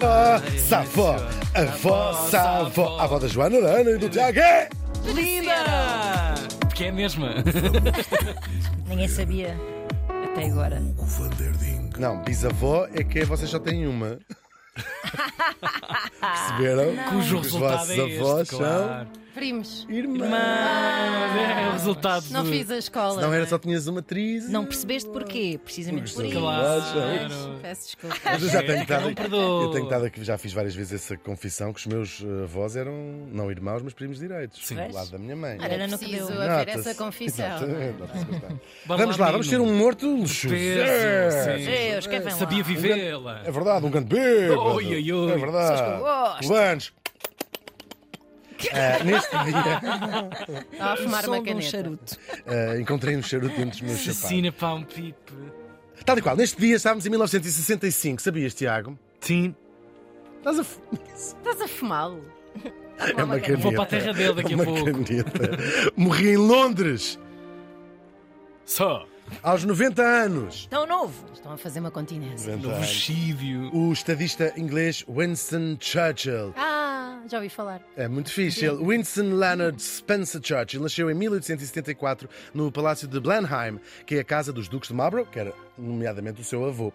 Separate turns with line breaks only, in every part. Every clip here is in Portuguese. avó, savó, a vossa avó. A avó da Joana, da Ana e do Tiago é.
Linda! Porque é a mesma.
Ninguém sabia até agora.
Hugo van der Ding.
Não, bisavó é que vocês só têm uma. Perceberam?
Cujo
Que os
resultado
vossos
é
avós
este, claro.
Primos,
são irmãs.
Mas é o resultado
não
de-
fiz a escola.
Não era só tinhas uma atriz.
Não percebeste porquê? Precisamente por isso.
Claro.
Ai, Peço desculpa.
Mas eu já tenho
Cada
estado
um perdoa.
Eu tenho estado aqui, já fiz várias vezes essa confissão que os meus eh, avós eram não irmãos, mas primos direitos.
Sim.
Do lado da minha mãe.
Era no que
Preciso
deu.
haver
Nota-se.
essa confissão.
Exatamente, nota-se bastante.
Bora
Vamos lá, vamos
menino.
ser um morto luxuoso.
Peso,
É.
sim.
Deus, quem vem lá?
Sabia vivê-la.
É verdade, um grande bêbado.
Oi, oi, oi.
É verdade. Cubanos. Ah, neste dia
Estava a fumar
Som
uma
de um
caneta.
charuto.
ah, encontrei um charuto entre os meus sapatos.
Cecina Pão é um Pipe.
Tal e qual, neste dia estávamos em 1965, sabias, Tiago?
Sim.
Estás a. f-
Estás a fumá-lo?
É uma caneta.
Vou para a terra dele daqui
É
a
uma
pouco.
caneta. Morri em Londres
Só.
aos 90 anos.
Tão novo.
Estão a fazer uma continência.
Novo Chívio.
O estadista inglês Winston Churchill.
Ah, já ouvi falar.
É muito fixe. Ele, Winston Leonard Spencer Churchill nasceu em 1874 no Palácio de Blenheim, que é a casa dos Duques de Marlborough, que era nomeadamente o seu avô.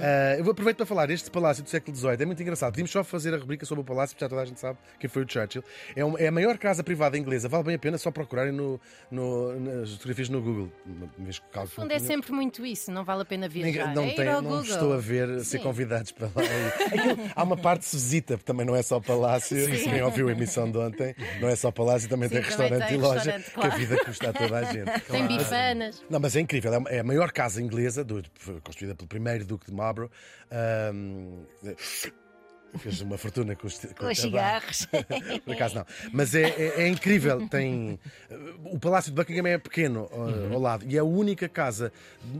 Ah, eu vou aproveitar para falar, este palácio do século XVIII é muito engraçado. Podíamos só fazer a rubrica sobre o palácio, porque já toda a gente sabe quem foi o Churchill. É, um- é a maior casa privada inglesa, vale bem a pena só procurarem no, no- nas fotografias no Google. Uma vez que o cálculo-
No fundo é sempre muito isso, não vale a pena
Ninguém-
viajar.
não,
é ir
tem-
ao
não
Google.
estou a ver ser
Sim.
convidados para lá. Aquilo- há uma parte que se visita, porque também não é só palácio. Quem ouviu a emissão de ontem, não é só palácio, também
Sim,
tem
também
restaurante
tem
e loja,
restaurante, claro.
que a vida custa a toda a gente.
Tem bifanas.
Não, mas é incrível. é uma- É a maior casa inglesa, do- foi construída pelo primeiro Duque de Marlborough. ahm, fez uma fortuna com os, com
Com
o
os
tabaco.
cigarros.
Por acaso não. Mas é, é- é incrível. Tem, o Palácio de Buckingham é pequeno ao, ao lado e é a única casa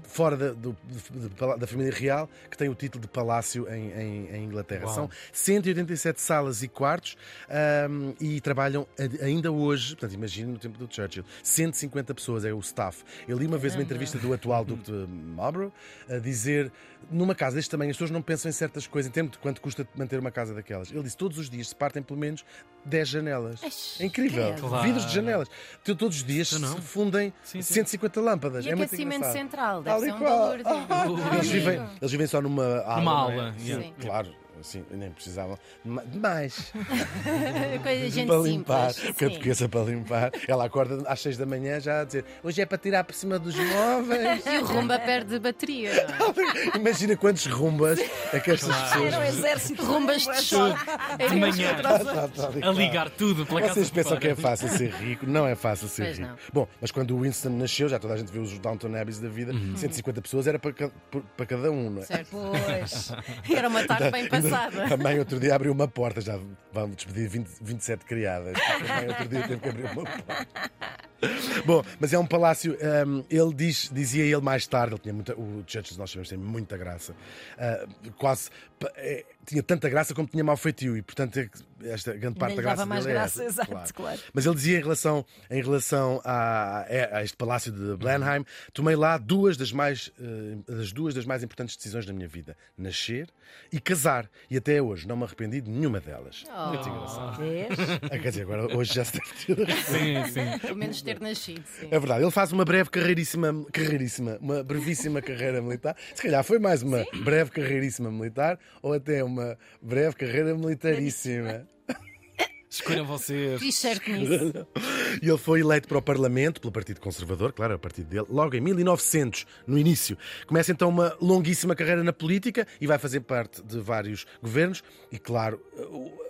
fora da, do- de- de- da família real que tem o título de palácio em, em- em Inglaterra.
Uau.
São 187 salas e quartos ahm, e trabalham a- ainda hoje, portanto, imagino no tempo do Churchill, 150 pessoas é o staff. Eu li uma vez uma entrevista do atual Duque de Marlborough a dizer numa casa deste tamanho as pessoas não pensam em certas coisas em termos de quanto custa manter uma casa daquelas. Ele disse todos os dias se partem pelo menos 10 janelas.
Eish,
É incrível.
credo.
Claro.
Vidros de janelas. Tu- Todos os dias
Isso não.
se fundem
Sim, sim.
150 lâmpadas.
E
é muito
aquecimento
engraçado.
central, deve
Tal e
ser um
qual.
valor.
Ah,
Eles vivem, eles vivem só numa aula.
Numa
não é?
aula,
Sim,
yeah.
Sim.
Claro, assim, nem precisavam. Ma- de Mais.
é Coisa de gente
para limpar.
simples. Sim.
Catequesa para limpar. Ela acorda às 6 da manhã já a dizer hoje é para tirar por cima dos móveis.
E o rumba perde bateria. não é?
Imagina quantos rumbas é que estas pessoas.
Era um exército.
é? Rumbas de chute.
De manhã.
Tá, tá, tá,
A ligar tudo pela casa
Vocês
de
pensam
fora.
que é fácil ser rico? Não é fácil ser
Pois
rico.
não.
Bom, mas quando o Winston nasceu, já toda a gente viu os Downton Abbeys da vida, 150 pessoas era para, ca- por- para cada um, não é?
Certo. Pois. Era uma tarde bem passada.
A mãe outro dia abriu uma porta, já vão despedir 20, 27 criadas. A mãe outro dia teve que abrir uma porta. Bom, mas é um palácio. hum, ele diz, dizia ele mais tarde, ele tinha muita, o Churchill, nós sabemos, tem muita graça. Ah, quase pa- eh, tinha tanta graça como tinha mau feitio, e portanto é que esta grande parte da
lhe
graça
dava mais
dele é
graça,
essa,
exato, claro.
mas ele dizia em relação, em relação a, a- a este palácio de Blenheim, tomei lá duas das mais eh, das duas das mais importantes decisões da minha vida: nascer e casar. E até hoje não me arrependi de nenhuma delas.
Oh,
Vês?
Ah, Quer dizer, agora hoje já se deve ter.
Sim, sim.
pelo menos ter nascido. Sim.
É verdade, ele faz uma breve carreiríssima, carreiríssima, uma brevíssima carreira militar. Se calhar foi mais uma breve carreiríssima militar ou até uma breve carreira militaríssima.
Escolham vocês.
Fiz certo nisso.
E ele foi eleito para o Parlamento pelo Partido Conservador, claro, é o partido dele, logo em 1900, no início. Começa então uma longuíssima carreira na política e vai fazer parte de vários governos. E claro,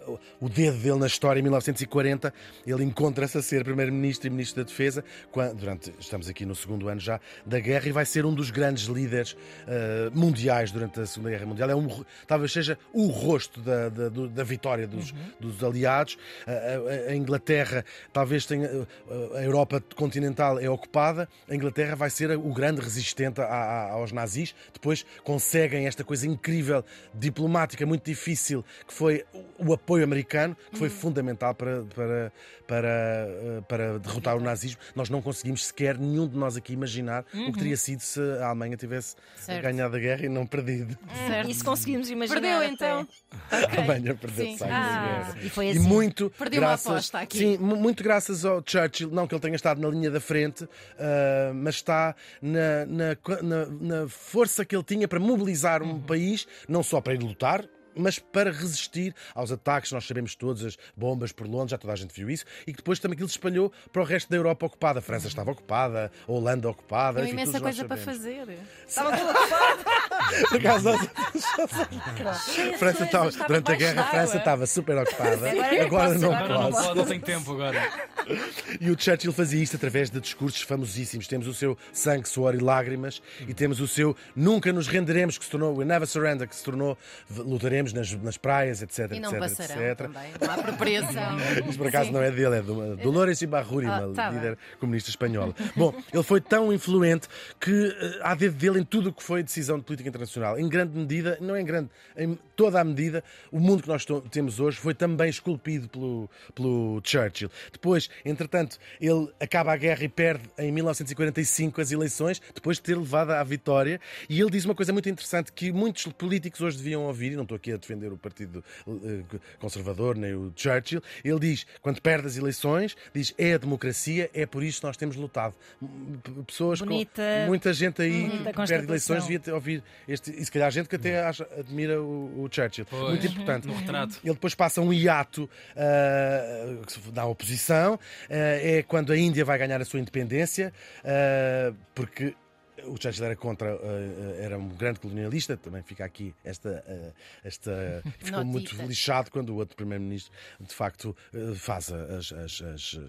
o, o dedo dele na história, em 1940, ele encontra-se a ser Primeiro-Ministro e Ministro da Defesa, quan- durante, estamos aqui no segundo ano já, da guerra e vai ser um dos grandes líderes eh, mundiais durante a Segunda Guerra Mundial. É um, ro- talvez seja o rosto da, da- do- da vitória
Uhum.
dos, dos aliados. A, a- a Inglaterra, talvez tenha. eh, A Europa continental é ocupada. A Inglaterra vai ser o grande resistente a- a- aos nazis. Depois conseguem esta coisa incrível, diplomática, muito difícil, que foi o- o apoio apoio americano, que
Uhum.
foi fundamental para, para, para, eh, para derrotar o nazismo. Nós não conseguimos sequer, nenhum de nós aqui, imaginar o que teria sido se a Alemanha tivesse
Uhum. Certo.
ganhado a guerra e não perdido.
Certo.
E se conseguimos imaginar.
Perdeu
até.
então.
A Alemanha perdeu
Sim.
de saco
Ah.
da guerra.
E foi
E
assim.
muito
Perdi uma
graças,
aposta aqui.
Sim, mu- muito graças ao Churchill, não que ele tenha estado na linha da frente, ah, mas está na, na co- na- na força que ele tinha para mobilizar
Uhum.
um país, não só para ir lutar. Mas para resistir aos ataques, nós sabemos todos, as bombas por Londres, já toda a gente viu isso, e que depois também aquilo se espalhou para o resto da Europa ocupada. A França estava ocupada, a Holanda ocupada.
Tinha
enfim,
Uhum. imensa
todos nós
coisa para
sabemos.
fazer.
Estava tudo ocupado.
Por acaso, nós- França estava-
estava
durante a
debaixo
guerra, a França
d'água.
estava super ocupada.
Agora é
Agora
fácil,
não
agora
Agora não
pode.
pode, não tem tempo agora.
E o Churchill fazia isto através de discursos famosíssimos. Temos o seu sangue, suor e lágrimas, e temos o seu nunca nos renderemos, que se tornou o Never Surrender, que se tornou v- lutaremos nas, nas praias, etc.
E não
etc,
passarão
etc.
também. Não há apropriação.
Mas por acaso
Sim.
não é dele, é de uma Dolores Ibarruri,
Ah,
uma
tá bem.
líder comunista espanhola. Bom, ele foi tão influente que eh, há dedo dele em tudo o que foi decisão de política internacional. Em grande medida, não é em grande, em toda a medida, o mundo que nós to- temos hoje foi também esculpido pelo, pelo Churchill. Depois, entretanto, ele acaba a guerra e perde em 1945 as eleições, depois de ter levado à vitória. E ele diz uma coisa muito interessante que muitos políticos hoje deviam ouvir, e não estou aqui a defender o Partido eh, Conservador nem o Churchill. Ele diz: quando perde as eleições, diz é a democracia, é por isso que nós temos lutado. M- p- Pessoas
Bonita-
com muita gente aí
bonita
que perde
constatação.
eleições devia ter- ouvir este, e se calhar gente que até acha- admira o, o Churchill.
Hum. Pois,
Muito importante.
No retrato.
Ele depois passa um hiato ah, que se- na oposição. ah, é quando a Índia vai ganhar a sua independência, ah, porque o Churchill era contra, ah, era um grande colonialista. Também fica aqui esta. ah, esta ficou muito
Notita.
lixado quando o outro primeiro-ministro, de facto, ah, faz as. as- as-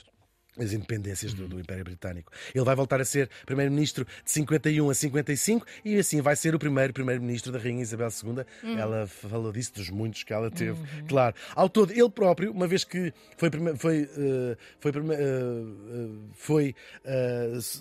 as independências do, do Império Britânico. Ele vai voltar a ser primeiro-ministro de 51 a 55 e assim vai ser o primeiro primeiro-ministro da Rainha Isabel II. Ela falou disso dos muitos que ela teve, claro. Ao todo, ele próprio, uma vez que foi prime- foi eh, foi prime- eh, eh, foi eh, se-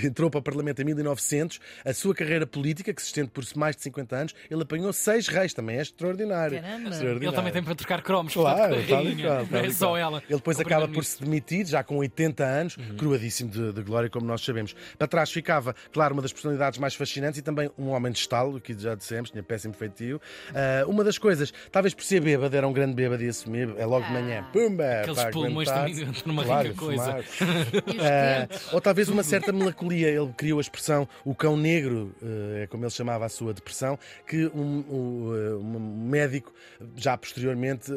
que entrou para o Parlamento em 1900, a sua carreira política que se estende por mais de 50 anos, ele apanhou seis reis, também é extraordinário.
Caramba.
Extraordinário.
Ele também tem para trocar cromos.
Claro, tá
portanto, com a
tal e
rainha.
qual,
Não
tal
é
e
só
qual.
ela. Uhum.
Ele depois
O
acaba por
primeiro-ministro.
se demitir, já com 80 anos, cruadíssimo de, de glória, como nós sabemos. Para trás ficava, claro, uma das personalidades mais fascinantes e também um homem de estalo, que já dissemos, tinha péssimo feitio. Ah, uma das coisas, talvez por ser bêbado, era um grande bêbado e assumir, é logo de manhã,
Ah.
pumba!
Aqueles
para
pulmões
aguentar-se.
também dentro de uma
Claro,
rica coisa.
fumar.
E os quentes.
É,
Uhum.
Ou talvez uma certa melancolia. Ele criou a expressão o cão negro, eh, é como ele chamava a sua depressão, que um, o, eh, um médico, já posteriormente, eh,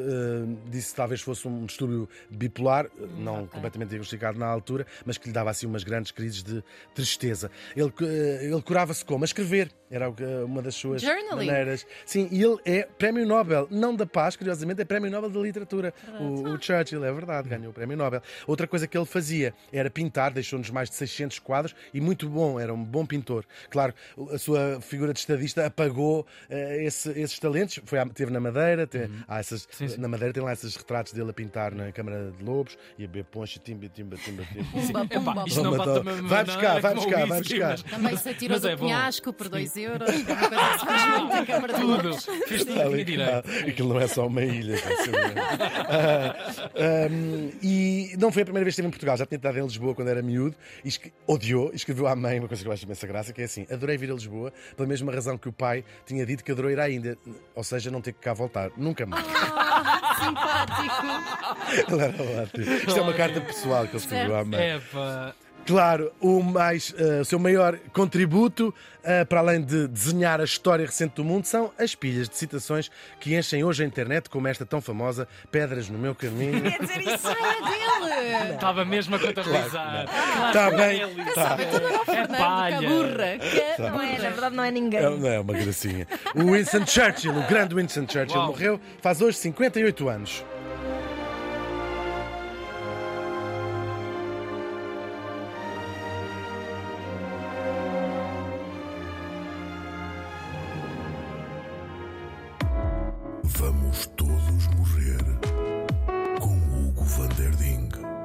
disse que talvez fosse um distúrbio bipolar, eh, não
ok.
completamente diagnosticado na altura, mas que lhe dava assim umas grandes crises de tristeza. Ele, eh, ele curava-se como? A escrever. Era o que- eh, uma das suas
Journaling.
maneiras. Sim, e ele é prémio Nobel, não da paz, curiosamente, é prémio Nobel da literatura. O, o Churchill, é verdade, ganhou o prémio Nobel. Outra coisa que ele fazia era pintar, deixou-nos mais de 600 quadros e muito bom, era um bom pintor. Claro, a sua figura de estadista apagou eh, esse- esses talentos, foi, à- teve na Madeira, tem, há essas,
Uhum. Sim, sim.
na Madeira tem lá esses retratos dele a pintar na Câmara de Lobos e a beber ponche, timba, timba, timba, timba.
Pumba,
Epá,
pumba,
isto não
Vamos
bate
matar.
da mesma
Vai buscar,
maneira
vai
é como o
buscar, vai
whisky,
buscar.
mas-
Também se atirou
Mas
do
é bom.
penhasco por 2 euros. É uma coisa que é se faz muito na Câmara de Lourdes.
Tudo. Fiz tudo
Tal e
aqui
qual.
direito.
Tá Aquilo não é só uma ilha. facilmente. Ah, ahm, e não foi a primeira vez que esteve em Portugal, já tinha estado em Lisboa quando era miúdo, e esque- odiou, e escreveu à mãe uma coisa que eu acho imensa graça, que é assim: adorei vir a Lisboa pela mesma razão que o pai tinha dito que adorou ir à Índia, ou seja, não ter que cá voltar, nunca mais.
É
Simpático.
Ele era ótimo. Isto é uma carta pessoal que ele escreveu à
É,
mãe.
Epá.
Claro, o, mais, eh, o seu maior contributo, eh, para além de desenhar a história recente do mundo, são as pilhas de citações que enchem hoje a internet, como esta tão famosa Pedras no Meu Caminho.
Quer dizer isso?
Ah, é dele.
Estava mesmo a contabilizar.
Está
que
Tá bem,
é lindo.
está.
É
Fernando
palha.
Caburra. Que
Não é, na
burra.
verdade não é ninguém.
É, não é uma gracinha. O Winston Churchill, o grande Winston Churchill,
Uau.
morreu faz hoje 58 anos.
Vamos todos morrer com Hugo Vanderding.